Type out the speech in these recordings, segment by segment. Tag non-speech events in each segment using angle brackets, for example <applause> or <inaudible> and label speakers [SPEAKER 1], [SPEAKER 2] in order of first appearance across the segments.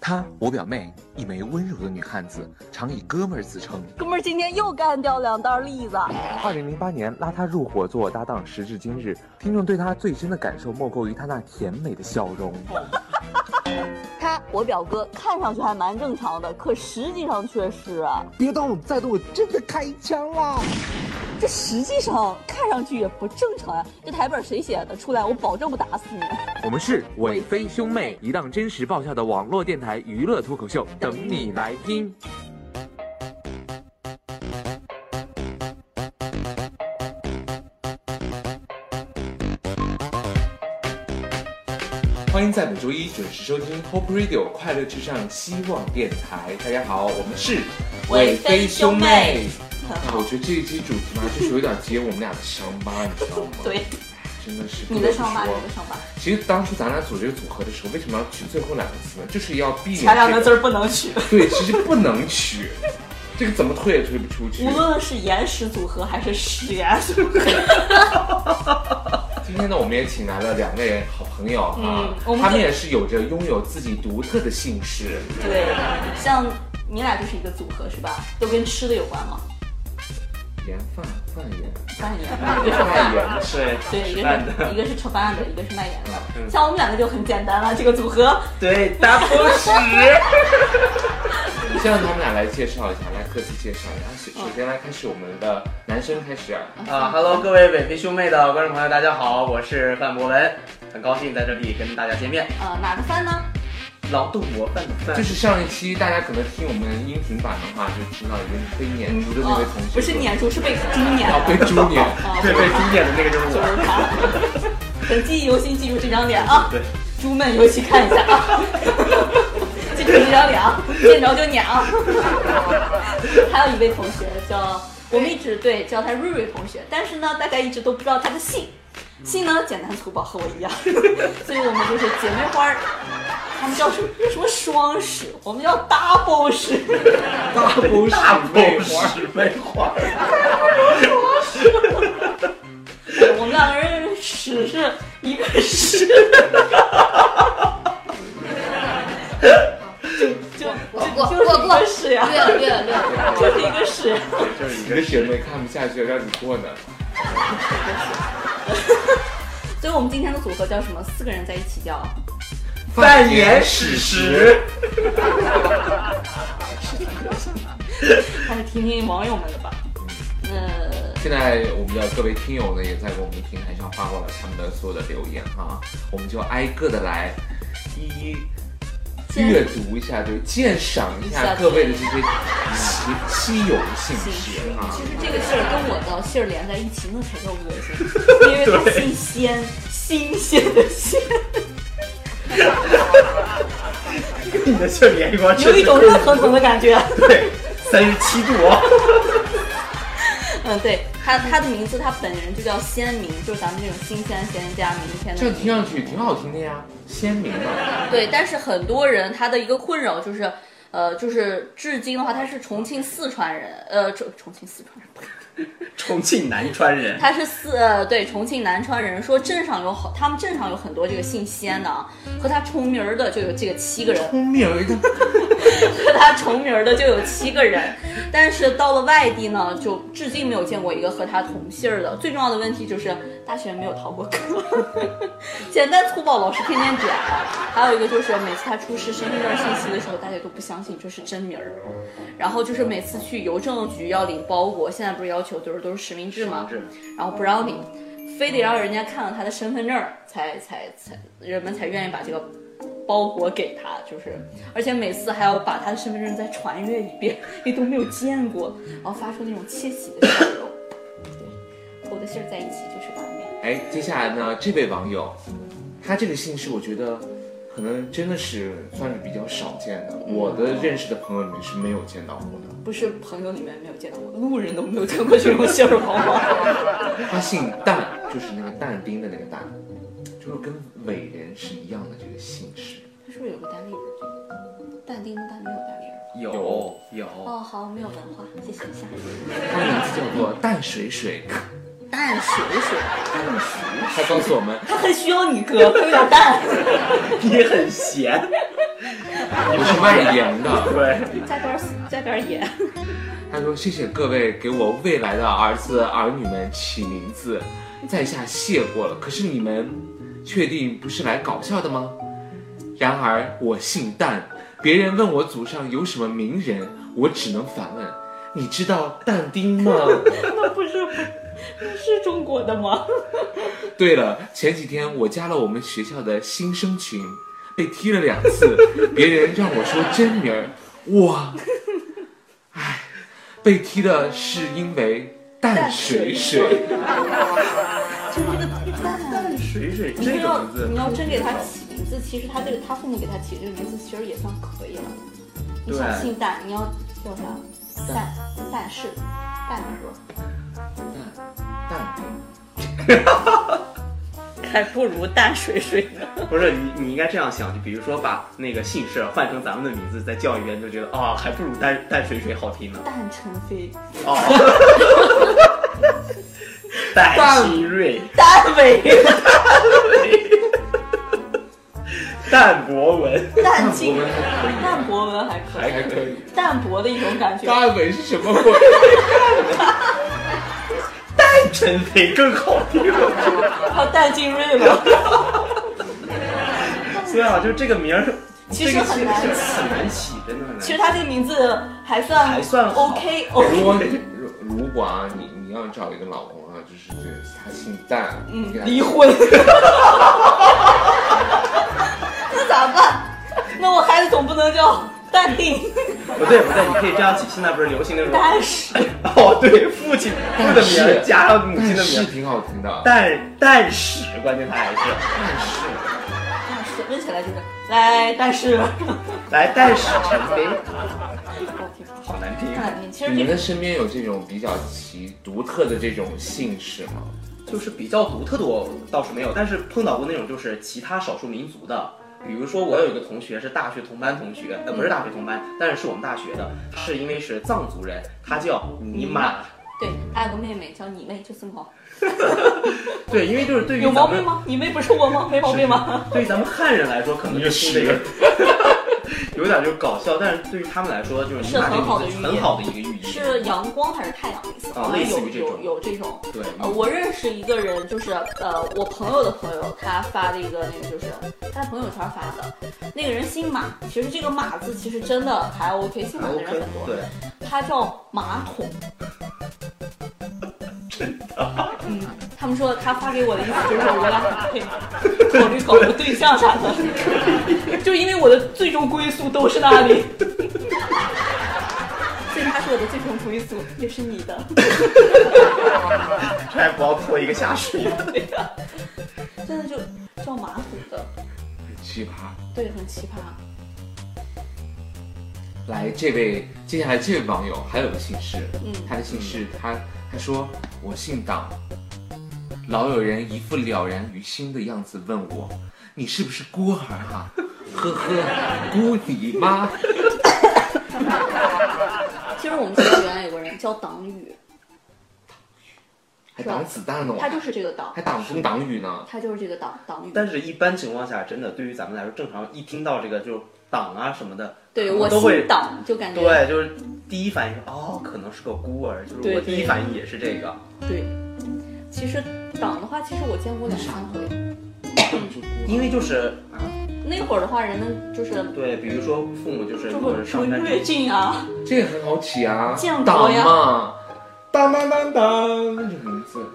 [SPEAKER 1] 她，我表妹，一枚温柔的女汉子，常以哥们儿自称。
[SPEAKER 2] 哥们儿今天又干掉两袋栗子，
[SPEAKER 1] 二零零八年拉她入伙做我搭档，时至今日，听众对她最深的感受莫过于她那甜美的笑容。
[SPEAKER 2] 他我表哥看上去还蛮正常的，可实际上却是啊，
[SPEAKER 3] 别当我们再度，我真的开枪啦！
[SPEAKER 2] 这实际上看上去也不正常呀、这台本谁写的？出来我保证不打死你。
[SPEAKER 1] 我们是伟飞兄妹，一档真实爆笑的网络电台娱乐脱口秀，等你来听。欢迎在每周一准时收听 Hope Radio 快乐至上希望电台。大家好，我们是
[SPEAKER 2] 伟飞
[SPEAKER 1] <laughs>
[SPEAKER 2] 兄妹。
[SPEAKER 1] 啊，我觉得这一期主题嘛，就是有点揭我们俩的伤疤，你知 <laughs> 道吗？，
[SPEAKER 2] 对，
[SPEAKER 1] 真的是不
[SPEAKER 2] 你
[SPEAKER 1] 得
[SPEAKER 2] 的
[SPEAKER 1] 不
[SPEAKER 2] 伤疤，你
[SPEAKER 1] 说
[SPEAKER 2] 的伤疤，
[SPEAKER 1] 其实当初咱俩组这个组合的时候，为什么要取最后两个字呢？就是要避免
[SPEAKER 2] 前两
[SPEAKER 1] 这
[SPEAKER 2] 个字儿不能取，
[SPEAKER 1] 对，其实不能取， <laughs> 这个怎么推也推不出去
[SPEAKER 2] 无。论是岩石组合还是屎岩组合，
[SPEAKER 1] 今天呢，我们也请来了两位好朋友啊
[SPEAKER 2] 嗯，我们
[SPEAKER 1] 他们
[SPEAKER 2] 就
[SPEAKER 1] 也是有着拥有自己独特的姓氏，
[SPEAKER 2] <laughs> 对，像你俩就是一个组合是吧？都跟吃的有关吗？
[SPEAKER 1] 盐饭饭盐
[SPEAKER 2] 饭盐，一个是
[SPEAKER 1] 饭
[SPEAKER 2] 饭
[SPEAKER 1] 盐
[SPEAKER 4] 是
[SPEAKER 2] 对，一个
[SPEAKER 4] 吃饭
[SPEAKER 2] 是
[SPEAKER 4] 的，
[SPEAKER 2] 一个是吃饭的，一个是卖盐的。
[SPEAKER 4] 嗯
[SPEAKER 2] 像我们两个就很简单了，这个组合。
[SPEAKER 4] 对，打不屎。
[SPEAKER 1] 先让他们俩来介绍一下，来各自介绍一下。啊
[SPEAKER 2] 嗯
[SPEAKER 1] 首首先来开始我们的男生开始啊，
[SPEAKER 4] 啊哈喽，各位伟飞兄妹的观众朋友，大家好，我是范博文，很高兴在这里跟大家见面。
[SPEAKER 2] 呃，哪个饭呢？
[SPEAKER 4] 劳动模范的范，
[SPEAKER 1] 就是上一期大家可能听我们音频版的话，就听到一个被撵猪的那位同学，
[SPEAKER 2] 哦嗯不是撵猪，是被猪撵
[SPEAKER 1] 啊，
[SPEAKER 2] 的，
[SPEAKER 1] 被猪撵。
[SPEAKER 2] <laughs>
[SPEAKER 4] 对对，经典的那个就是
[SPEAKER 2] 就是
[SPEAKER 4] 我。
[SPEAKER 2] 他。请记忆犹新，记住这张脸啊！
[SPEAKER 4] 对，
[SPEAKER 2] 猪们尤其看一下 <laughs> 啊！记住这张脸啊，见着就撵啊！ <laughs> 还有一位同学叫我们一直对叫他瑞瑞同学，但是呢，大家一直都不知道他的姓。姓呢简单粗暴，和我一样， <laughs> 所以我们就是姐妹花儿。他们叫什么什么双十，我们叫 double 十。
[SPEAKER 1] 大不
[SPEAKER 4] 大
[SPEAKER 1] 妹
[SPEAKER 4] 不
[SPEAKER 1] 花，
[SPEAKER 4] 屎妹花，
[SPEAKER 2] 我们两个人屎是一个屎，就就
[SPEAKER 5] 过
[SPEAKER 2] 就就是
[SPEAKER 5] 过
[SPEAKER 2] 一
[SPEAKER 5] 过
[SPEAKER 2] 个屎呀，
[SPEAKER 5] 略略略，
[SPEAKER 2] <laughs> 就是一个屎。
[SPEAKER 4] 就是一
[SPEAKER 1] 你
[SPEAKER 4] 个
[SPEAKER 1] 的姐妹看不下去了，让你过呢。
[SPEAKER 2] 所以我们今天的组合叫什么？四个人在一起叫
[SPEAKER 4] 扮演史实。
[SPEAKER 2] 还是听听网友们的吧。呃，
[SPEAKER 1] 现在我们的各位听友呢，也在我们平台上发过了他们的所有的留言哈、我们就挨个的来一一
[SPEAKER 2] 先
[SPEAKER 1] 阅读一下，就鉴赏一
[SPEAKER 2] 一
[SPEAKER 1] 下
[SPEAKER 2] 下
[SPEAKER 1] 各位的这些稀稀有的姓
[SPEAKER 2] 信息
[SPEAKER 1] 氏啊。
[SPEAKER 2] 其实这个信儿跟我的信儿连在一起，那才叫恶 <laughs> 心，因为它新鲜，新鲜 <laughs> 的鲜，
[SPEAKER 4] 你的这脸一光
[SPEAKER 2] 有一种热腾腾的感觉。
[SPEAKER 4] 对，三十七度哦。
[SPEAKER 2] 嗯，对他他的名字，他本人就叫鲜明，就是咱们这种新鲜闲人家明天的
[SPEAKER 1] 这样
[SPEAKER 2] 明。
[SPEAKER 1] 听上去挺好听的呀，鲜明啊。
[SPEAKER 2] 对，但是很多人他的一个困扰就是，呃，就是至今的话，他是重庆四川人，呃，重重庆四川人，
[SPEAKER 4] 重庆南川人，
[SPEAKER 2] 他是四呃对重庆南川人，说镇上有好，他们镇上有很多这个姓鲜的，啊，和他重名儿的就有这个七个人，
[SPEAKER 1] 聪明一个，
[SPEAKER 2] 和 <laughs> 他重名儿的就有七个人，但是到了外地呢，就至今没有见过一个和他同姓儿的。最重要的问题就是大学没有逃过课， <laughs> 简单粗暴，老师天天点。还有一个就是每次他出示身份证信息的时候，大家都不相信这是真名儿。然后就是每次去邮政局要领包裹，现在不是要求就是都是实名制吗？然后不让领，非得让人家看到他的身份证儿才才才人们才愿意把这个包裹给他，就是，而且每次还要把他的身份证再传阅一遍，因为都没有见过，然后发出那种窃喜的笑容。对，我的信儿在一起就是完美。
[SPEAKER 1] 哎，接下来呢，这位网友，他这个姓氏我觉得可能真的是算是比较少见的，
[SPEAKER 2] 嗯
[SPEAKER 1] 我的认识的朋友里面是没有见到过的。
[SPEAKER 2] 不是朋友里面没有见到过，路人都没有见过这种信儿， <laughs> 好吗？
[SPEAKER 1] 他姓蛋，就是那个但丁的那个蛋，就是跟伟人是一样的这个姓氏。
[SPEAKER 2] 他是不是有个单立人？淡定的淡没有单立人。
[SPEAKER 4] 有有，
[SPEAKER 2] 哦，好，没有文化，谢谢下一位。
[SPEAKER 1] 他的名字叫做淡水水，
[SPEAKER 2] 淡水水，淡水，
[SPEAKER 1] 他告诉我们，
[SPEAKER 2] 他很需要你哥，他有点淡。
[SPEAKER 4] 你很闲。
[SPEAKER 1] 我是卖盐的。
[SPEAKER 4] 对，
[SPEAKER 2] <laughs> 加点儿加点儿盐。
[SPEAKER 1] 他说：“谢谢各位给我未来的儿子儿女们起名字，在下谢过了。可是你们确定不是来搞笑的吗？然而我姓蛋，别人问我祖上有什么名人，我只能反问：你知道但丁吗？
[SPEAKER 2] <laughs>
[SPEAKER 1] <laughs>
[SPEAKER 2] 那不是不是中国的 <laughs> 吗？
[SPEAKER 1] 对了，前几天我加了我们学校的新生群，被踢了两次，别人让我说真名儿，我，唉，被踢的是因为淡水水。
[SPEAKER 4] 水水
[SPEAKER 2] 你
[SPEAKER 4] 这个
[SPEAKER 2] 要
[SPEAKER 4] 名字，
[SPEAKER 2] 你要真给他起名字，其实他这个他父母给他起这个名字，其实也算可以了。你想
[SPEAKER 4] 对
[SPEAKER 2] 姓蛋，你要叫啥？蛋蛋是蛋哥，
[SPEAKER 1] 淡丁
[SPEAKER 2] 还不如淡水水呢。
[SPEAKER 4] 不是你，你应该这样想，就比如说把那个姓氏换成咱们的名字，再叫一遍，就觉得啊、还不如淡淡水水好听呢。
[SPEAKER 2] 蛋陈飞，
[SPEAKER 4] <laughs> 哦，戴新瑞、
[SPEAKER 2] 蛋伟，
[SPEAKER 4] 淡博文，
[SPEAKER 2] 蛋
[SPEAKER 1] 我
[SPEAKER 2] 金，
[SPEAKER 1] 们还可以，
[SPEAKER 2] 蛋博文还可以，
[SPEAKER 1] 还可以。
[SPEAKER 2] 淡薄的一种感觉。
[SPEAKER 1] 大伟是什么鬼？
[SPEAKER 4] 陈飞更好听。
[SPEAKER 2] 他蛋进锐了，
[SPEAKER 4] 所以啊，就这个名儿，
[SPEAKER 2] 其实很难
[SPEAKER 4] 这个
[SPEAKER 2] 起
[SPEAKER 4] 很难起，真的很难起。
[SPEAKER 2] 其实他这个名字还算
[SPEAKER 4] 还算好
[SPEAKER 2] OK
[SPEAKER 1] 如 <laughs>
[SPEAKER 2] OK。
[SPEAKER 1] 果你如果啊，你你要找一个老公啊，就是觉得他姓蛋，你给他
[SPEAKER 2] 离婚。那咋办？那我孩子总不能叫淡定
[SPEAKER 4] 不哦对不对，你可以这样起。现在不是流行
[SPEAKER 2] <laughs>
[SPEAKER 4] 那种
[SPEAKER 2] 但是
[SPEAKER 4] 哎哦，对，父亲父的名
[SPEAKER 1] 但
[SPEAKER 4] 儿
[SPEAKER 1] 是
[SPEAKER 4] 加上母亲
[SPEAKER 1] 但
[SPEAKER 4] 的名
[SPEAKER 1] 是
[SPEAKER 4] 儿，
[SPEAKER 1] 挺好听的。啊
[SPEAKER 4] 但但是关键他还是
[SPEAKER 1] 但是
[SPEAKER 2] 但是问起来就是来，但是
[SPEAKER 4] 来，但是陈飞
[SPEAKER 2] 好听
[SPEAKER 4] 好难听。
[SPEAKER 2] 好听其实
[SPEAKER 1] 你
[SPEAKER 2] 这
[SPEAKER 1] 们
[SPEAKER 2] 个
[SPEAKER 1] 的身边有这种比较奇独特的这种姓氏吗？
[SPEAKER 4] 就是比较独特的，我倒是没有，但是碰到过那种就是其他少数民族的，比如说我有一个同学是大学同班同学，呃，不是大学同班，但是是我们大学的，是因为是藏族人，他叫尼玛。
[SPEAKER 2] 对，还有个妹妹叫你妹，就这么好。
[SPEAKER 4] <laughs> 对，因为就是对于
[SPEAKER 2] 有
[SPEAKER 4] 咱
[SPEAKER 2] 毛
[SPEAKER 4] 们
[SPEAKER 2] 病吗？你妹不是我吗？没毛病吗？
[SPEAKER 4] <laughs> 对于咱们汉人来说，可能就是那个 <laughs> 有点就是搞笑，但是对于他们来说，就是尼玛这个名字是很好的一个寓意。
[SPEAKER 2] 是阳光还是太阳的意思？
[SPEAKER 4] 啊
[SPEAKER 2] 好像
[SPEAKER 4] 类似
[SPEAKER 2] 有
[SPEAKER 4] 于这种嗯
[SPEAKER 2] 有有这种。
[SPEAKER 4] 对，
[SPEAKER 2] 呃，我认识一个人，就是呃，我朋友的朋友，他发的一个那个，就是他在朋友圈发的，那个人姓马，其实这个马字其实真的还 OK，姓马
[SPEAKER 4] 还
[SPEAKER 2] 的人很
[SPEAKER 4] OK，
[SPEAKER 2] 多，
[SPEAKER 4] 对，
[SPEAKER 2] 他叫马桶。真的？嗯，他们说他发给我的意思就是我俩很配，考虑搞个对象啥的，就因为我的最终归宿都是那里， <laughs> 所以他是我的最终归宿，也是你的。
[SPEAKER 4] <laughs> 这还不要拖一个下水的。
[SPEAKER 2] 对呀、真的就叫马虎的，
[SPEAKER 1] 很奇葩。
[SPEAKER 2] 对，很奇葩。
[SPEAKER 1] 来，这位接下来这位网友还有个姓氏，
[SPEAKER 2] 嗯
[SPEAKER 1] 他的姓氏他他说我姓党，老有人一副了然于心的样子问我，你是不是孤儿啊？呵呵，孤你妈！
[SPEAKER 2] 其实我们这里原来有个人叫党羽，
[SPEAKER 1] 还挡子弹呢，我
[SPEAKER 2] 他就是这个党
[SPEAKER 1] 还，挡风挡雨呢。
[SPEAKER 2] 他就是这个党党羽。
[SPEAKER 4] <laughs> 但是，一般情况下，真的对于咱们来说，正常一听到这个就党啊什么的，
[SPEAKER 2] 对
[SPEAKER 4] 可能
[SPEAKER 2] 我
[SPEAKER 4] 都会
[SPEAKER 2] 姓党，就感觉
[SPEAKER 4] 对，就是第一反应是哦，可能是个孤儿，就是
[SPEAKER 2] 对
[SPEAKER 4] 我第一
[SPEAKER 2] 对
[SPEAKER 4] 反应也是这个。
[SPEAKER 2] 对其实党的话，其实我见过两三回。
[SPEAKER 4] 因为就是啊，
[SPEAKER 2] 那会儿的话，人们就是
[SPEAKER 4] 对，比如说父母就是如果
[SPEAKER 2] 就是是什
[SPEAKER 4] 上
[SPEAKER 2] 么
[SPEAKER 4] 班
[SPEAKER 2] 瑞
[SPEAKER 4] 族，
[SPEAKER 2] 俊啊，
[SPEAKER 1] 这也很好起啊
[SPEAKER 2] 建，国
[SPEAKER 1] 党
[SPEAKER 2] 呀
[SPEAKER 1] 嘛， <laughs> 当当当当，那个名字。
[SPEAKER 2] <laughs>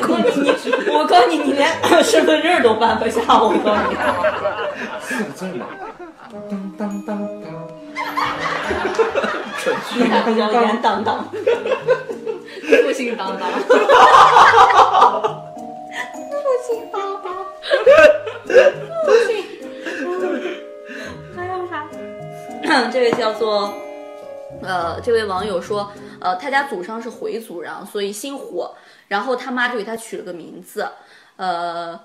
[SPEAKER 2] 我告诉你，我告诉你，你连 <laughs> 身份证都办不下，我告诉你。
[SPEAKER 1] 四个字嘛，当当当当，
[SPEAKER 2] 你咋不叫严当当？不姓当当。不姓当当。不姓。还有啥？这位叫做。呃，这位网友说，呃，他家祖上是回族人，所以姓火，然后他妈就给他取了个名字，呃，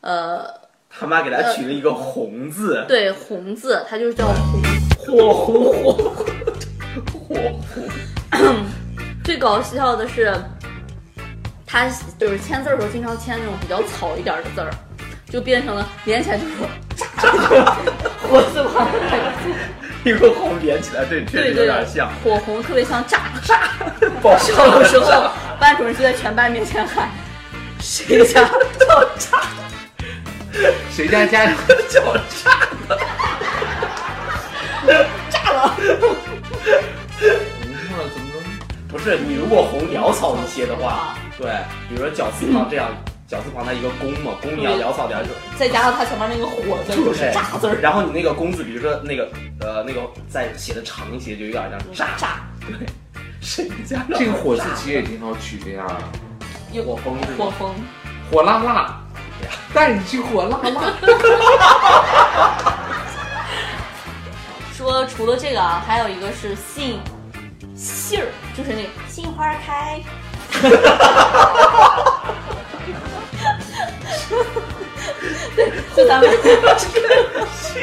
[SPEAKER 2] 呃，
[SPEAKER 4] 他妈给他取了一个红字，
[SPEAKER 2] 对，红字，他就是叫红
[SPEAKER 4] 火红火火红。
[SPEAKER 2] 最搞笑的是，他就是签字儿的时候经常签那种比较草一点儿的字儿，就变成了连起来就是渣渣火字旁的那个，
[SPEAKER 4] 一个红连起来，对，确
[SPEAKER 2] 对
[SPEAKER 4] 实
[SPEAKER 2] 对
[SPEAKER 4] 有点
[SPEAKER 2] 对
[SPEAKER 4] 像，，
[SPEAKER 2] 火红特别像炸炸。
[SPEAKER 4] 爆
[SPEAKER 2] 小的时候，班主任就在全班面前喊：“谁家爆炸
[SPEAKER 1] 谁家家 <laughs> 长
[SPEAKER 4] 叫炸的，
[SPEAKER 2] 炸了
[SPEAKER 1] 嗯那怎么能？
[SPEAKER 4] 不是你如果红潦草一些的话，对，比如说绞丝旁这样，绞丝旁它一个弓嘛，弓你要潦草点儿就。？”
[SPEAKER 2] 再加上他前面那个火字，
[SPEAKER 4] 就
[SPEAKER 2] 就是是炸字儿，
[SPEAKER 4] 然后你那个“弓”字，比如说那个呃那个再写的长一些，就有点像炸
[SPEAKER 2] 炸。
[SPEAKER 4] 对，谁家
[SPEAKER 1] 这个火字其实也挺好取的呀，
[SPEAKER 2] 有
[SPEAKER 4] 火风是
[SPEAKER 2] 火
[SPEAKER 4] 吗？
[SPEAKER 2] 风。
[SPEAKER 1] 火辣辣，带你去火辣
[SPEAKER 2] <laughs>
[SPEAKER 1] 辣。
[SPEAKER 2] 说除了这个啊，还有一个是杏杏儿，就是那个杏花开。对，就咱们
[SPEAKER 4] 其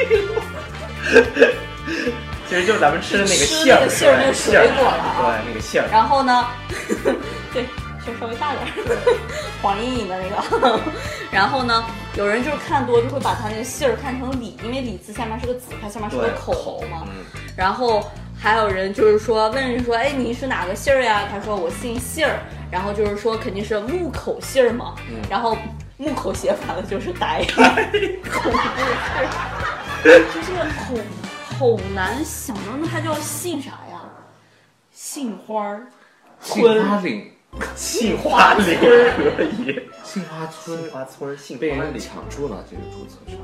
[SPEAKER 4] 实就是咱们吃的那个
[SPEAKER 2] 吃
[SPEAKER 4] 馅
[SPEAKER 2] 那
[SPEAKER 4] 儿，
[SPEAKER 2] 个馅儿
[SPEAKER 4] 对
[SPEAKER 2] 那个水果了啊
[SPEAKER 4] 对，那个馅儿。
[SPEAKER 2] 然后呢， <laughs> 对，就稍微大点儿， <laughs> 黄莺莺的那个。 <laughs> 然后呢，有人就是看多就会把它那个杏儿看成李，因为李字下面是个子，它下面是个
[SPEAKER 4] 对
[SPEAKER 2] 口嘛。
[SPEAKER 4] 嗯，
[SPEAKER 2] 然后还有人就是说问人说，哎，你是哪个姓儿呀？他说我姓姓儿，然后就是说肯定是木口姓儿嘛，然后木口写反了就是呆，恐怖事儿，就是很很难想到，那他叫姓啥呀？杏花儿，
[SPEAKER 1] 杏花岭、
[SPEAKER 4] 杏花林可以，
[SPEAKER 1] 杏花村
[SPEAKER 4] 杏花村儿，杏
[SPEAKER 1] 被
[SPEAKER 4] 花
[SPEAKER 1] 人
[SPEAKER 4] 林。
[SPEAKER 1] 抢注了，这个注册权。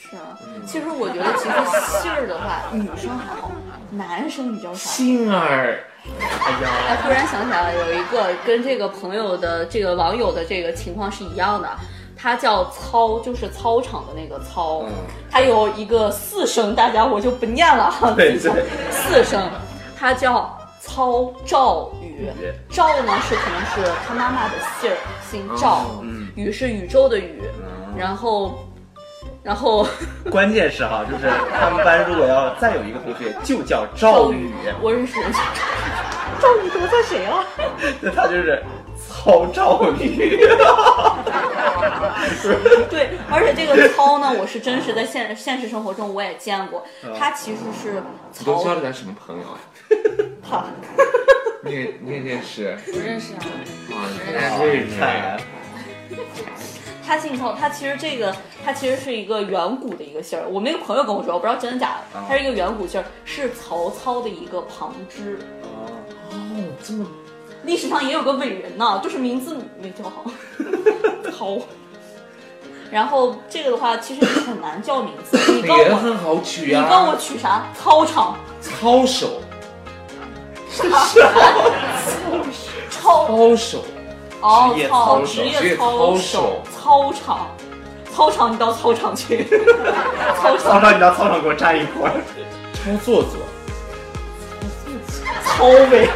[SPEAKER 2] 是啊，其实我觉得其实姓儿的话，女生还好，男生比较少。
[SPEAKER 1] 杏儿，
[SPEAKER 4] 哎
[SPEAKER 2] 哎，
[SPEAKER 4] 呀，
[SPEAKER 2] 突然想起来有一个跟这个朋友的这个网友的这个情况是一样的，他叫操，就是操场的那个操，
[SPEAKER 4] 嗯
[SPEAKER 2] 他有一个四声，大家我就不念了哈，
[SPEAKER 4] 对对
[SPEAKER 2] 四声，他叫操赵宇，赵呢是可能是他妈妈的姓儿，姓赵，
[SPEAKER 1] 哦
[SPEAKER 4] 嗯
[SPEAKER 2] 宇是宇宙的宇，
[SPEAKER 4] 嗯，
[SPEAKER 2] 然后，然后。 <laughs>
[SPEAKER 4] 关键是哈，就是他们班如果要再有一个同学就叫赵宇，
[SPEAKER 2] 我认识人家。
[SPEAKER 4] 嗯
[SPEAKER 2] 赵宇得罪谁了？
[SPEAKER 4] 那他就是曹赵宇。
[SPEAKER 2] 对，而且这个操呢，我是真实在现现实生活中我也见过，他其实是
[SPEAKER 1] 嗯你都交
[SPEAKER 2] 曹
[SPEAKER 1] 了点什么朋友啊？
[SPEAKER 2] 他
[SPEAKER 1] 你也你也认识啊？
[SPEAKER 2] 不认识啊。
[SPEAKER 1] 你也
[SPEAKER 4] <laughs>
[SPEAKER 1] 认识？
[SPEAKER 2] 他姓曹，他其实这个他其实是一个远古的一个姓儿。我那个朋友跟我说，我不知道真的假的
[SPEAKER 1] 嗯
[SPEAKER 4] 啊，
[SPEAKER 2] 他是一个远古姓儿，是曹操的一个旁支。
[SPEAKER 1] 哦，这么
[SPEAKER 2] 历史上也有个伟人呢，就是名字没叫好， <laughs> 曹。然后这个的话，其实你很难叫名字，你告
[SPEAKER 1] 也
[SPEAKER 2] 我
[SPEAKER 1] 很好取
[SPEAKER 2] 你告
[SPEAKER 1] 啊
[SPEAKER 2] 我。取啥？操场，
[SPEAKER 1] 操手，
[SPEAKER 2] 操
[SPEAKER 1] 操手，
[SPEAKER 2] 哦
[SPEAKER 4] 职
[SPEAKER 2] 操
[SPEAKER 4] 业，操
[SPEAKER 2] 职
[SPEAKER 4] 守
[SPEAKER 1] 职
[SPEAKER 2] 业
[SPEAKER 1] 业
[SPEAKER 2] 操
[SPEAKER 1] 操
[SPEAKER 2] 守
[SPEAKER 1] 守，
[SPEAKER 2] 操场，操场你到操场去，操
[SPEAKER 4] 曹
[SPEAKER 2] 场
[SPEAKER 4] 操，你到操场给我站一会儿。
[SPEAKER 1] 操做做，
[SPEAKER 2] 操呗。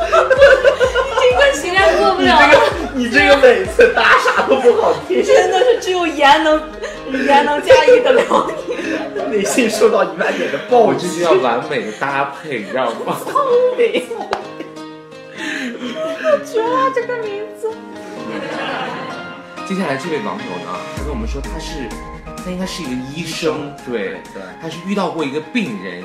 [SPEAKER 2] 这个形象过不
[SPEAKER 4] 你
[SPEAKER 2] 了
[SPEAKER 4] 这
[SPEAKER 2] 了，
[SPEAKER 4] 个，你这个每次打傻都不好听，
[SPEAKER 2] <laughs> 真的是只有盐能盐能驾驭得了你。
[SPEAKER 4] 内心受到一万点的
[SPEAKER 1] 我
[SPEAKER 4] 暴
[SPEAKER 1] 这就
[SPEAKER 4] 击
[SPEAKER 1] 叫。完美的搭配，你知道吗？
[SPEAKER 2] 北，绝了这个名字。
[SPEAKER 1] 接下来这位网友呢，他跟我们说他是，他应该是一个医生，对，
[SPEAKER 4] 对，
[SPEAKER 1] 他是遇到过一个病人，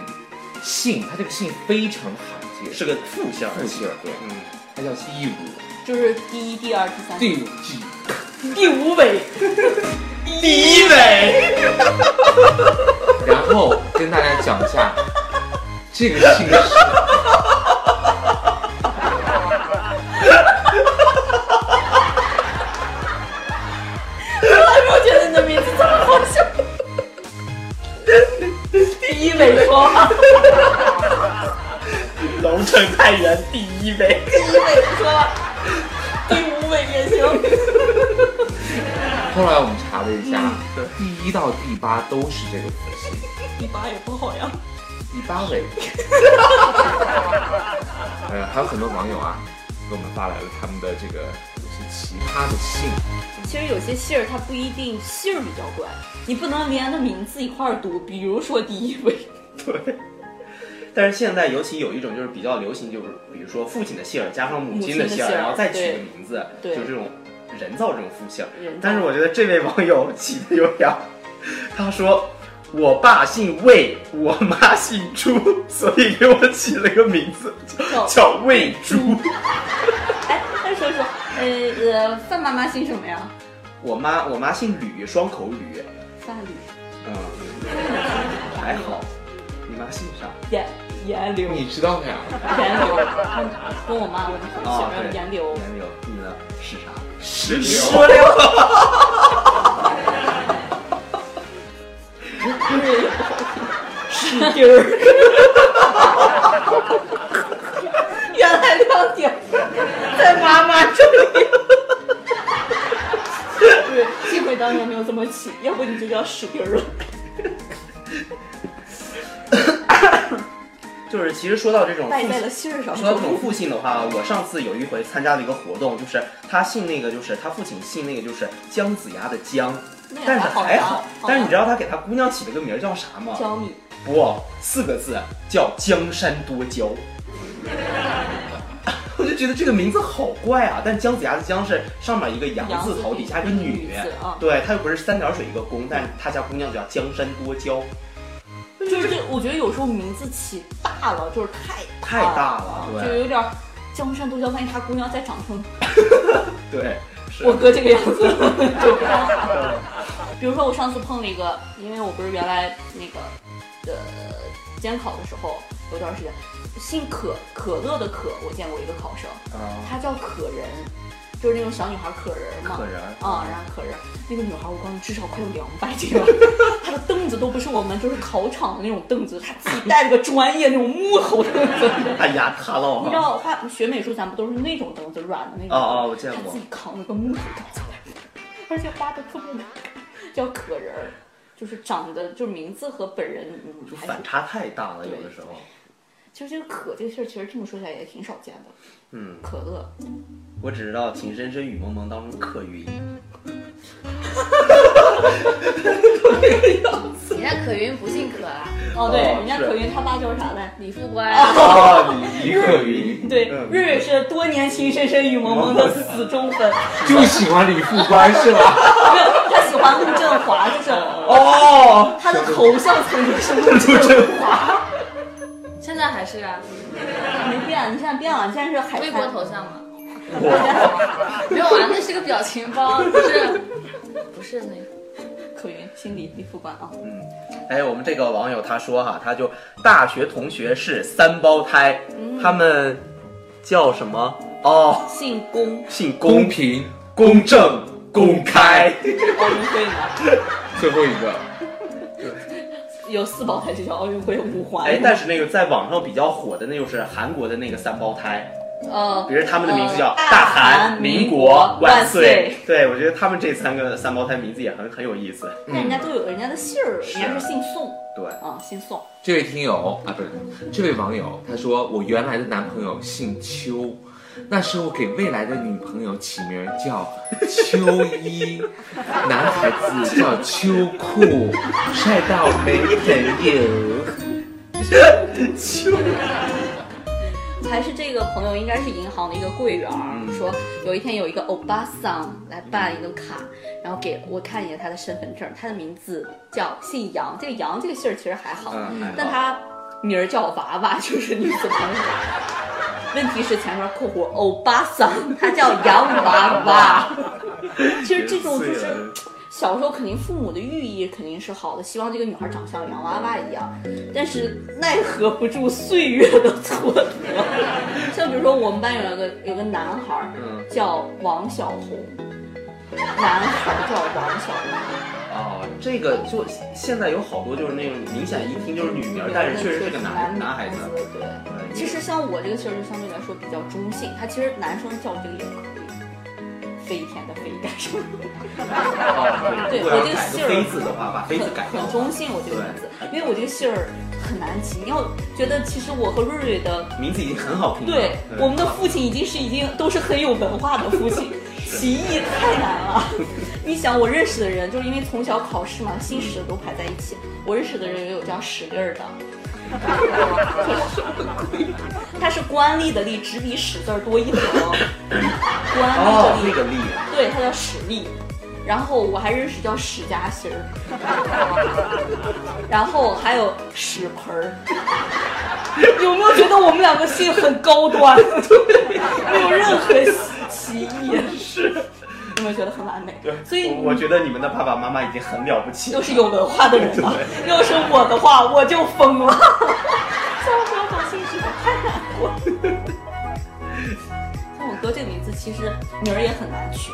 [SPEAKER 1] 姓，他这个姓非常罕见，
[SPEAKER 4] 是个副姓，
[SPEAKER 1] 父姓，对，
[SPEAKER 4] 嗯，
[SPEAKER 1] 他叫义武，
[SPEAKER 2] <laughs> 就是第一、第二、第三，
[SPEAKER 1] 第五季，
[SPEAKER 2] 第五尾，
[SPEAKER 4] 第一位，
[SPEAKER 1] 然后跟大家讲一下， <laughs> 这个姓是，
[SPEAKER 2] 我还没有觉得你的名字这么好笑。第一尾说话，
[SPEAKER 4] 龙城太原第一位，
[SPEAKER 2] <laughs> 第一尾说话，第五尾也行。
[SPEAKER 1] 后来我们查了一下
[SPEAKER 4] 对，
[SPEAKER 1] 第一到第八都是这个父姓，
[SPEAKER 2] <laughs> 第八也不好呀。
[SPEAKER 1] 第八 <laughs> 位。呃，还有很多网友啊，给我们发来了他们的这个就是奇葩的姓，
[SPEAKER 2] 其实有些姓儿它不一定姓儿比较怪，你不能连着名字一块儿读，比如说第一尾。
[SPEAKER 4] 对。 <laughs> 但是现在尤其有一种就是比较流行，就是比如说父亲的姓儿加上母亲的
[SPEAKER 2] 母亲
[SPEAKER 4] 姓
[SPEAKER 2] 的姓
[SPEAKER 4] 儿，
[SPEAKER 2] 儿
[SPEAKER 4] 然后再取个名字，
[SPEAKER 2] 对
[SPEAKER 4] 就这种人造这种复姓。
[SPEAKER 2] 人造
[SPEAKER 4] 但是我觉得这位网友起的有点儿，他说我爸姓魏，我妈姓朱，所以给我起了个名字
[SPEAKER 2] 叫
[SPEAKER 4] 叫魏朱。
[SPEAKER 2] <laughs> 哎，那说说，呃呃，范妈妈姓什么呀？
[SPEAKER 4] 我妈我妈姓吕，双口吕，
[SPEAKER 2] 范吕，
[SPEAKER 4] 嗯，还好。你妈姓啥？
[SPEAKER 2] 严严 <laughs> 流，
[SPEAKER 1] 你知道的呀？
[SPEAKER 2] 严流，跟我妈我们同
[SPEAKER 4] 啊，
[SPEAKER 2] 学
[SPEAKER 4] 对，
[SPEAKER 2] 严流，
[SPEAKER 4] 严柳，你呢？是啥？
[SPEAKER 1] 石
[SPEAKER 4] 石榴。
[SPEAKER 2] 是丁儿。 <laughs> 原来亮点在妈妈 <laughs> 这里。对，幸亏当年没有这么起，要不你就叫屎丁儿了。
[SPEAKER 4] 就是其实说到这种
[SPEAKER 2] 败
[SPEAKER 4] 父
[SPEAKER 2] 在了
[SPEAKER 4] 亲
[SPEAKER 2] 姓儿上。
[SPEAKER 4] 说到这种父姓的话，我上次有一回参加了一个活动，就是他姓那个，就是他父亲姓那个，就是姜子牙的姜，
[SPEAKER 2] 那
[SPEAKER 4] 但
[SPEAKER 2] 也
[SPEAKER 4] 是还好。
[SPEAKER 2] 嗯
[SPEAKER 4] 但是你知
[SPEAKER 2] 道
[SPEAKER 4] 道他给他姑娘起了个名儿叫啥吗？
[SPEAKER 2] 教你
[SPEAKER 4] 不，四个字叫江山多娇。 <laughs> 我就觉得这个名字好怪啊！但姜子牙的姜是上面一个
[SPEAKER 2] 杨
[SPEAKER 4] 杨
[SPEAKER 2] 字
[SPEAKER 4] 字头，底下一个女
[SPEAKER 2] 女字啊
[SPEAKER 4] 对，他又不是三点水一个弓，但是他家姑娘就叫江山多娇，
[SPEAKER 2] 就是这，我觉得有时候名字起大了，就是太
[SPEAKER 4] 太大
[SPEAKER 2] 啊
[SPEAKER 4] 了。
[SPEAKER 2] 就有点儿江山多娇，万一他姑娘再长成
[SPEAKER 4] 对对，是
[SPEAKER 2] 我哥这个样子，
[SPEAKER 4] <laughs>
[SPEAKER 2] <laughs> 就不太好了。比如说我上次碰了一个，因为我不是原来那个呃监考的时候有段时间，姓可可乐的可，我见过一个考生，
[SPEAKER 4] 啊，
[SPEAKER 2] 她叫可人，就是那种小女孩可人嘛。
[SPEAKER 4] 可人儿
[SPEAKER 2] 啊、然后可人那个女孩，我告诉你，至少快有两百斤
[SPEAKER 4] <laughs>
[SPEAKER 2] 了。她的凳子都不是我们就是考场的那种凳子，她自己带了个专业那种木头凳子。
[SPEAKER 4] 哎呀，他了，
[SPEAKER 2] 你知道画学美术，咱不都是那种凳子，软的那种？
[SPEAKER 4] 哦哦我见过
[SPEAKER 2] 他自己扛了个木头凳子来，而且画的特别难看，叫可人儿，就是长得就名字和本人嗯
[SPEAKER 4] 就
[SPEAKER 2] 还
[SPEAKER 4] 反
[SPEAKER 2] 是
[SPEAKER 4] 差太大了，有
[SPEAKER 2] 对
[SPEAKER 4] 的时候。
[SPEAKER 2] 其实这个可这个事儿，其实这么说起来也挺少见的。
[SPEAKER 4] 嗯，
[SPEAKER 2] 可乐，
[SPEAKER 4] 我只知道《情深深雨蒙蒙》当中可
[SPEAKER 2] <laughs>
[SPEAKER 4] 云，
[SPEAKER 5] 人家可云不姓可啊，
[SPEAKER 2] 哦对，
[SPEAKER 4] 哦
[SPEAKER 2] 人家
[SPEAKER 4] 是
[SPEAKER 2] 可云他爸叫啥来？
[SPEAKER 5] 李副官，
[SPEAKER 4] 啊，李李可云，
[SPEAKER 2] 对，
[SPEAKER 4] 嗯
[SPEAKER 2] 瑞瑞是多年情深深雨蒙蒙的死忠粉，
[SPEAKER 1] 就喜欢李副官是吧？
[SPEAKER 2] 没有他喜欢陆振华，就是
[SPEAKER 1] 嗯
[SPEAKER 4] 哦，
[SPEAKER 2] 他的头像曾经是陆
[SPEAKER 4] 陆
[SPEAKER 2] 振
[SPEAKER 4] 振
[SPEAKER 2] 华，
[SPEAKER 5] 现在还是啊，
[SPEAKER 2] 没变，你现在变了，你现在是海
[SPEAKER 5] 微博
[SPEAKER 2] 滩
[SPEAKER 5] 头像嘛，
[SPEAKER 4] 我
[SPEAKER 5] 没有啊，那是个表情包，不是，不是那个。
[SPEAKER 2] 可云，心里李副官啊。
[SPEAKER 4] 嗯，哎，我们这个网友他说哈，他就大学同学是三胞胎，
[SPEAKER 2] 嗯
[SPEAKER 4] 他们叫什么？哦，
[SPEAKER 2] 姓龚，
[SPEAKER 4] 姓
[SPEAKER 1] 公
[SPEAKER 4] 公、
[SPEAKER 1] 平，
[SPEAKER 4] 公正、公开。
[SPEAKER 2] 奥运会呢，
[SPEAKER 1] 最后一个，
[SPEAKER 2] 有四胞胎就叫奥运会五环。
[SPEAKER 4] 哎，但是那个在网上比较火的，那就是韩国的那个三胞胎，
[SPEAKER 2] 呃
[SPEAKER 4] 比，如他们的名字叫
[SPEAKER 2] 呃
[SPEAKER 4] 大韩民国万
[SPEAKER 2] 万岁
[SPEAKER 4] 岁。对，我觉得他们这三个三胞胎名字也很很有意思。
[SPEAKER 2] 但人家都有人家的姓儿，人
[SPEAKER 4] 是
[SPEAKER 2] 家是姓宋
[SPEAKER 4] 对，
[SPEAKER 2] 啊，姓宋。
[SPEAKER 1] 这位听友啊，不是这位网友，他说我原来的男朋友姓邱，那时候给未来的女朋友起名叫秋衣，男孩子叫秋裤，晒到没朋友。
[SPEAKER 2] 还是这个朋友应该是银行的一个柜员儿，
[SPEAKER 4] 嗯
[SPEAKER 2] 说有一天有一个欧巴桑来办一个卡，然后给我看一眼他的身份证，他的名字叫姓杨，这个杨这个姓儿其实还好，
[SPEAKER 4] 嗯，还好
[SPEAKER 2] 哦但他名儿叫娃娃，就是女子旁边。问题是前面括弧欧巴桑，他叫洋娃娃。
[SPEAKER 4] <laughs>
[SPEAKER 2] 其实这种就
[SPEAKER 4] 碎了
[SPEAKER 2] 是小时候肯定父母的寓意肯定是好的，希望这个女孩长像洋娃娃一样，但是奈何不住岁月的蹉跎。 <laughs> 像比如说我们班有一个有个男孩儿
[SPEAKER 4] 嗯
[SPEAKER 2] 叫王小红，男孩儿叫王小红。
[SPEAKER 4] 哦，这个就现在有好多就是那种明显一听就是女名儿，但是确实是个男男孩子。
[SPEAKER 2] 对。
[SPEAKER 4] 对
[SPEAKER 2] 其实像我这个姓儿就相对来说比较中性，它其实男生叫这个也可以，飞天的飞干什么？
[SPEAKER 4] 哦，
[SPEAKER 2] 对
[SPEAKER 4] 如
[SPEAKER 2] 我
[SPEAKER 4] 果要
[SPEAKER 2] 这个
[SPEAKER 4] 改个
[SPEAKER 2] 姓儿
[SPEAKER 4] 飞字的话，把飞字改
[SPEAKER 2] 很
[SPEAKER 4] 掉
[SPEAKER 2] 很。中性，我这个名字，因为我这个姓儿很难起。你要觉得其实我和瑞瑞的，
[SPEAKER 4] 名字已经很好听了。嗯
[SPEAKER 2] 对我们的父亲已经是已经都是很有文化的父
[SPEAKER 4] <laughs>
[SPEAKER 2] 亲，起义太难了。你想，我认识
[SPEAKER 4] <laughs>
[SPEAKER 2] 的人就是因为从小考试嘛，新史都排在一起，我认识的人也有叫史粒儿的，它是官吏的吏，只比史字儿多一横。
[SPEAKER 4] <laughs>
[SPEAKER 2] 官
[SPEAKER 4] 哦，
[SPEAKER 2] 吏的吏，
[SPEAKER 4] 那个力，
[SPEAKER 2] 对，它叫史吏。然后我还认识叫史夹心儿，然后还有史盆儿。有没有觉得我们两个姓很高端？ <laughs> 没有任何歧义。是，有没有觉得很完美？
[SPEAKER 4] 对，
[SPEAKER 2] 所以
[SPEAKER 4] 我我觉得你们的爸爸妈妈已经很了不起
[SPEAKER 2] 又
[SPEAKER 4] 了。
[SPEAKER 2] 是有文化的人了。要是我的话，我就疯 <laughs> 了。笑死我，好心虚，太难过了。像我哥这个名字，其实名儿也很难取。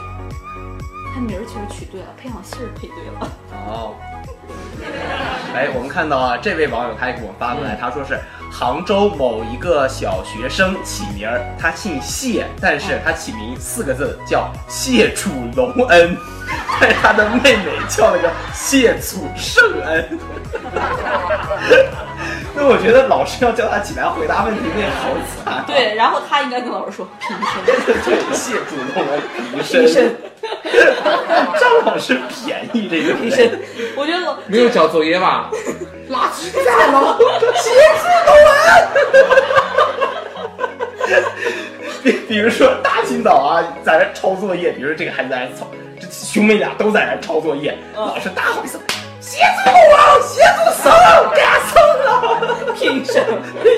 [SPEAKER 2] 他名儿其实取对了，配上姓儿配对了。
[SPEAKER 4] 哦。哎，我们看到啊，这位网友他也给我们发过来，他说是杭州某一个小学生起名儿，他姓谢，但是他起名四个字叫谢楚隆恩， <laughs> 但是他的妹妹叫了个谢楚圣恩。 <laughs> 那我觉得老师要叫他起来回答问题，那也好惨、啊。
[SPEAKER 2] 对，然后他应该跟老 <laughs> 师说平生。
[SPEAKER 4] 对，谢主动的皮 <laughs> 身，张老师便宜这个皮身，
[SPEAKER 2] 我觉得 <laughs> 我
[SPEAKER 1] 没有交作业吧？
[SPEAKER 4] <laughs> 比比如说大清早啊，在那抄作业，比如说这个孩子在那抄，这兄妹俩都在那抄作业，
[SPEAKER 2] 嗯
[SPEAKER 4] 老师大吼一声：“协助我，协助手，给他送了，
[SPEAKER 2] 平生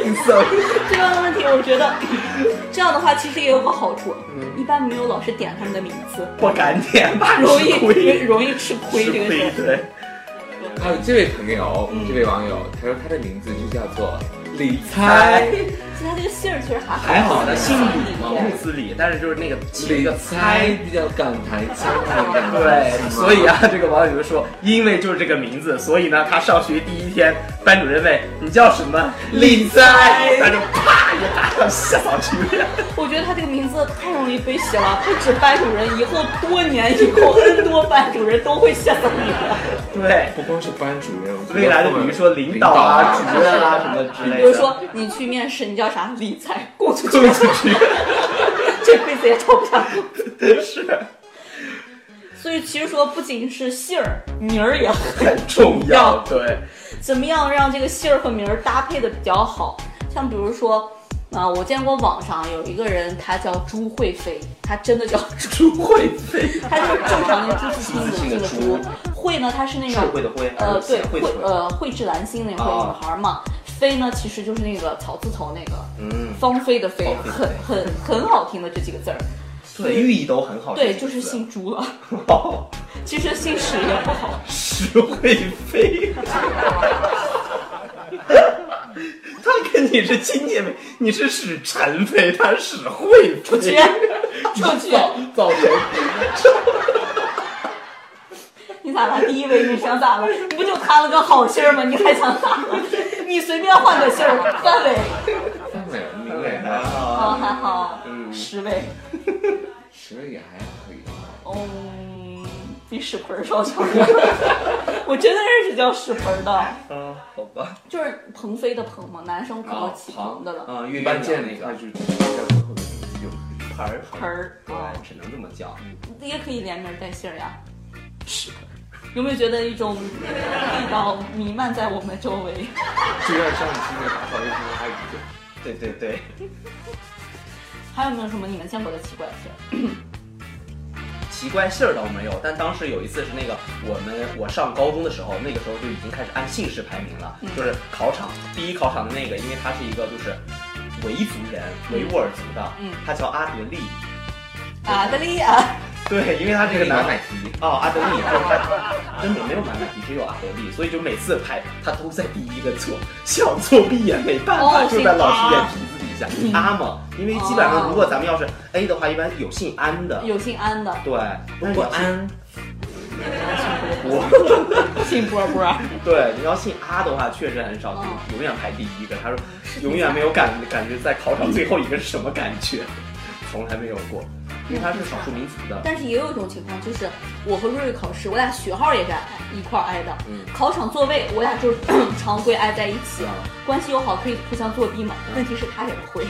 [SPEAKER 4] 硬送。
[SPEAKER 2] 这样的问题，我觉得这样的话其实也有个好处，一般没有老师点他们的名字，”
[SPEAKER 4] 不敢点，怕
[SPEAKER 2] 容易 <laughs>
[SPEAKER 4] 嗯吃亏，
[SPEAKER 2] 容易吃亏
[SPEAKER 4] 吃
[SPEAKER 2] 这个事
[SPEAKER 4] 亏
[SPEAKER 2] 儿。
[SPEAKER 4] 对。
[SPEAKER 1] 还有啊这位朋友，
[SPEAKER 4] 嗯
[SPEAKER 1] 这位网友，他说他的名字就叫做李猜，
[SPEAKER 2] <laughs> 其实他这个姓儿其实还
[SPEAKER 4] 还好呢，姓李嘛，
[SPEAKER 2] 对
[SPEAKER 4] 木子李，但是就是那个起了一
[SPEAKER 1] 李
[SPEAKER 4] 个猜
[SPEAKER 1] 猜比较港台腔啊的感觉，
[SPEAKER 4] 对，所以啊，这个网友就说，因为就是这个名字，所以呢，他上学第一天，班主任问你叫什么，李哉，他就啪一巴掌吓上去了。
[SPEAKER 2] 我觉得他这个名字太容易被写了，不止班主任，以后多年以后 <laughs> N 多班主任都会写到你的。
[SPEAKER 4] 对，
[SPEAKER 1] 不光是班主任，我觉得
[SPEAKER 4] 未来的比如说领导啊、
[SPEAKER 1] 领
[SPEAKER 4] 主任啊什么之类的，
[SPEAKER 2] 比如说你去面试，你叫啥？理财供出去，
[SPEAKER 4] 送出去，
[SPEAKER 2] <laughs> 这辈子也找不上工。
[SPEAKER 4] <laughs> 是
[SPEAKER 2] 所以其实说，不仅是姓儿、名儿也很
[SPEAKER 4] 很重要。对，
[SPEAKER 2] 怎么样让这个姓儿和名儿搭配的比较好？像比如说，啊、我见过网上有一个人，他叫朱慧飞，他真的叫
[SPEAKER 4] 朱慧飞，
[SPEAKER 2] 他就是正常的朱自清的这个
[SPEAKER 4] 朱自清的
[SPEAKER 2] 朱，慧呢，他是那
[SPEAKER 4] 智
[SPEAKER 2] 种
[SPEAKER 4] 慧的慧，
[SPEAKER 2] 呃，对，
[SPEAKER 4] 贤惠
[SPEAKER 2] 慧
[SPEAKER 4] 的慧，
[SPEAKER 2] 呃慧智兰心那个
[SPEAKER 4] 啊
[SPEAKER 2] 女孩嘛，飞呢其实就是那个草字头那个
[SPEAKER 4] 嗯，
[SPEAKER 2] 芳菲的菲，
[SPEAKER 4] 芳菲的
[SPEAKER 2] 很很很好听的这几个字儿。
[SPEAKER 4] 对，寓意都很好。
[SPEAKER 2] 对，就是
[SPEAKER 4] <laughs>
[SPEAKER 2] 姓朱了。
[SPEAKER 4] 哦，
[SPEAKER 2] 其实姓史也不好，
[SPEAKER 4] 石慧飞。 <laughs> 他跟你是亲姐妹，你是史婵妃，他是史惠
[SPEAKER 2] 出去
[SPEAKER 4] 妃。
[SPEAKER 2] 出去，
[SPEAKER 1] 造成
[SPEAKER 2] 你咋了？第一位你想咋了？你不就摊了个好心儿吗？你还想咋了？ <laughs> 你随便换个姓儿，范伟，
[SPEAKER 1] 范伟、明
[SPEAKER 4] 对
[SPEAKER 1] 伟还好，
[SPEAKER 2] 哦
[SPEAKER 4] 啊，
[SPEAKER 2] 还好，
[SPEAKER 4] 嗯
[SPEAKER 2] 十位，
[SPEAKER 1] 石磊也还可以。
[SPEAKER 2] 哦，比史盆儿稍强。我真的认识叫史盆儿的。
[SPEAKER 4] 嗯，好吧，
[SPEAKER 2] 就是鹏飞的鹏嘛，男生可能起鹏的了，
[SPEAKER 4] 嗯，月
[SPEAKER 1] 一
[SPEAKER 4] 半
[SPEAKER 1] 般
[SPEAKER 4] 见
[SPEAKER 1] 见那
[SPEAKER 4] 那个
[SPEAKER 1] 个就比较最后的名字
[SPEAKER 4] 盆儿，嗯
[SPEAKER 2] 盆儿，
[SPEAKER 4] 对，只能这么叫。
[SPEAKER 2] 也可以连名带姓儿呀。是，有没有觉得一种味道弥漫在我们周围？
[SPEAKER 1] 就像上期那个打扫卫生的阿姨，
[SPEAKER 4] 对对对，
[SPEAKER 2] 还有没有什么你们见过的奇怪的事儿？
[SPEAKER 4] 奇怪信儿倒没有，但当时有一次是那个我们我上高中的时候，那个时候就已经开始按姓氏排名了，
[SPEAKER 2] 嗯
[SPEAKER 4] 就是考场第一考场的那个，因为他是一个就是维族人，维吾尔族的，
[SPEAKER 2] 嗯
[SPEAKER 4] 他叫阿德利，
[SPEAKER 2] 阿德利亚，
[SPEAKER 4] 对，因为他这
[SPEAKER 1] 这
[SPEAKER 4] 个
[SPEAKER 1] 个
[SPEAKER 4] 男
[SPEAKER 1] 拿
[SPEAKER 4] 孩
[SPEAKER 2] 嗯
[SPEAKER 1] 奶提，
[SPEAKER 4] 哦，阿德利，就是他根本没有满满，只有阿德利，所以就每次排他都在第一个错，想作弊也没办法，
[SPEAKER 2] 哦
[SPEAKER 4] 就在老师眼皮子底下。阿嘛，因为基本上如果咱们要是 A 的话，一般有姓安的，
[SPEAKER 2] 有姓安的，
[SPEAKER 4] 对，如果安，
[SPEAKER 2] 姓波波，
[SPEAKER 4] 对，你要姓阿的话，确实很少，
[SPEAKER 2] 哦
[SPEAKER 4] 就永远排第一个。他说永远没有感感觉在考场最后一个是什么感觉，从来没有过，因为他是少数民族的。
[SPEAKER 2] 但是也有一种情况，就是我和瑞瑞考试，我俩学号也是一块儿挨的，
[SPEAKER 4] 嗯
[SPEAKER 2] 考场座位我俩就是常规挨在一起，关系又好，可以互相作弊嘛。问题是他也不会，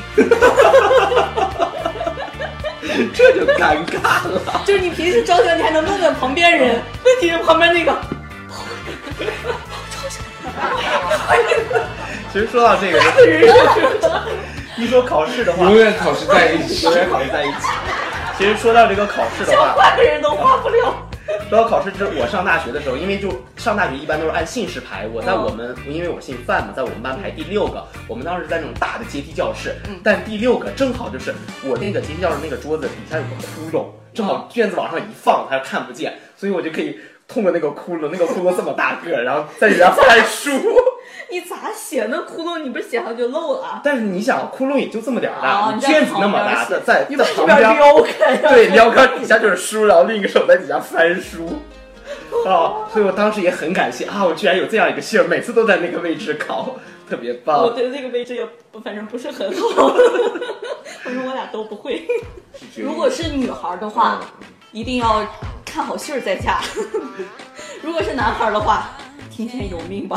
[SPEAKER 4] 这就尴尬了。
[SPEAKER 2] 就是你平时招生，你还能问问旁边人，问题是旁边那个，
[SPEAKER 4] 其实说到这个，一说考试的话，
[SPEAKER 1] 永远考试在一起
[SPEAKER 4] 永。远考虑在一起。其实说到这个考试的话，
[SPEAKER 2] 换个人都换不了。
[SPEAKER 4] 说到考试，就是我上大学的时候，因为就上大学一般都是按姓氏排。我
[SPEAKER 2] 嗯
[SPEAKER 4] 在我们，因为我姓范嘛，在我们班排第六个。我们当时在那种大的阶梯教室，
[SPEAKER 2] 嗯
[SPEAKER 4] 但第六个正好就是我那个阶梯教室那个桌子底下有个窟窿，正好卷子往上一放，它看不见，所以我就可以通过那个窟窿，那个窟窿这么大个儿，然后在里边翻
[SPEAKER 2] <laughs>
[SPEAKER 4] 书。
[SPEAKER 2] 你咋写那窟窿？你不是写上就漏了啊？
[SPEAKER 4] 但是你想，窟窿也就这么点儿大，
[SPEAKER 2] 哦
[SPEAKER 4] 你
[SPEAKER 2] 你在
[SPEAKER 4] 卷子那么大，
[SPEAKER 2] 旁
[SPEAKER 4] 在在在旁
[SPEAKER 2] 一边
[SPEAKER 4] 边
[SPEAKER 2] 撩开，
[SPEAKER 4] 对，撩杆底下就是书，然后另一个手在底下翻书。啊，所以我当时也很感谢啊，我居然有这样一个姓儿，每次都在那个位置考，特别
[SPEAKER 2] 我
[SPEAKER 4] 棒。
[SPEAKER 2] 对那个位置也不反正不是很好。我说我俩都不会。如果是女孩儿的话，一定要看好信儿再嫁； <laughs> 如果是男孩儿的话，听天由命吧，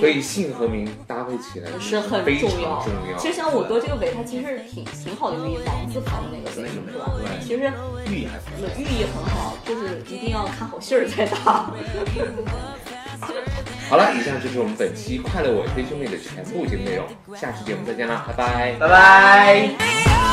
[SPEAKER 1] 所以姓和名搭配起来
[SPEAKER 2] 是很
[SPEAKER 1] 非常
[SPEAKER 2] 重要。
[SPEAKER 1] 重要
[SPEAKER 2] 其实像我哥这个尾，他其实挺挺好的寓意，王字旁的那个尾，是吧？
[SPEAKER 4] 对
[SPEAKER 2] 其实
[SPEAKER 4] 寓意还不错。
[SPEAKER 2] 寓意很好，就是一定要看好信儿再打。
[SPEAKER 1] 好了，以上就是我们本期《快乐我推兄妹》的全部节目内容，下期节目再见啦，拜拜。
[SPEAKER 4] 拜拜。
[SPEAKER 6] Hey, oh,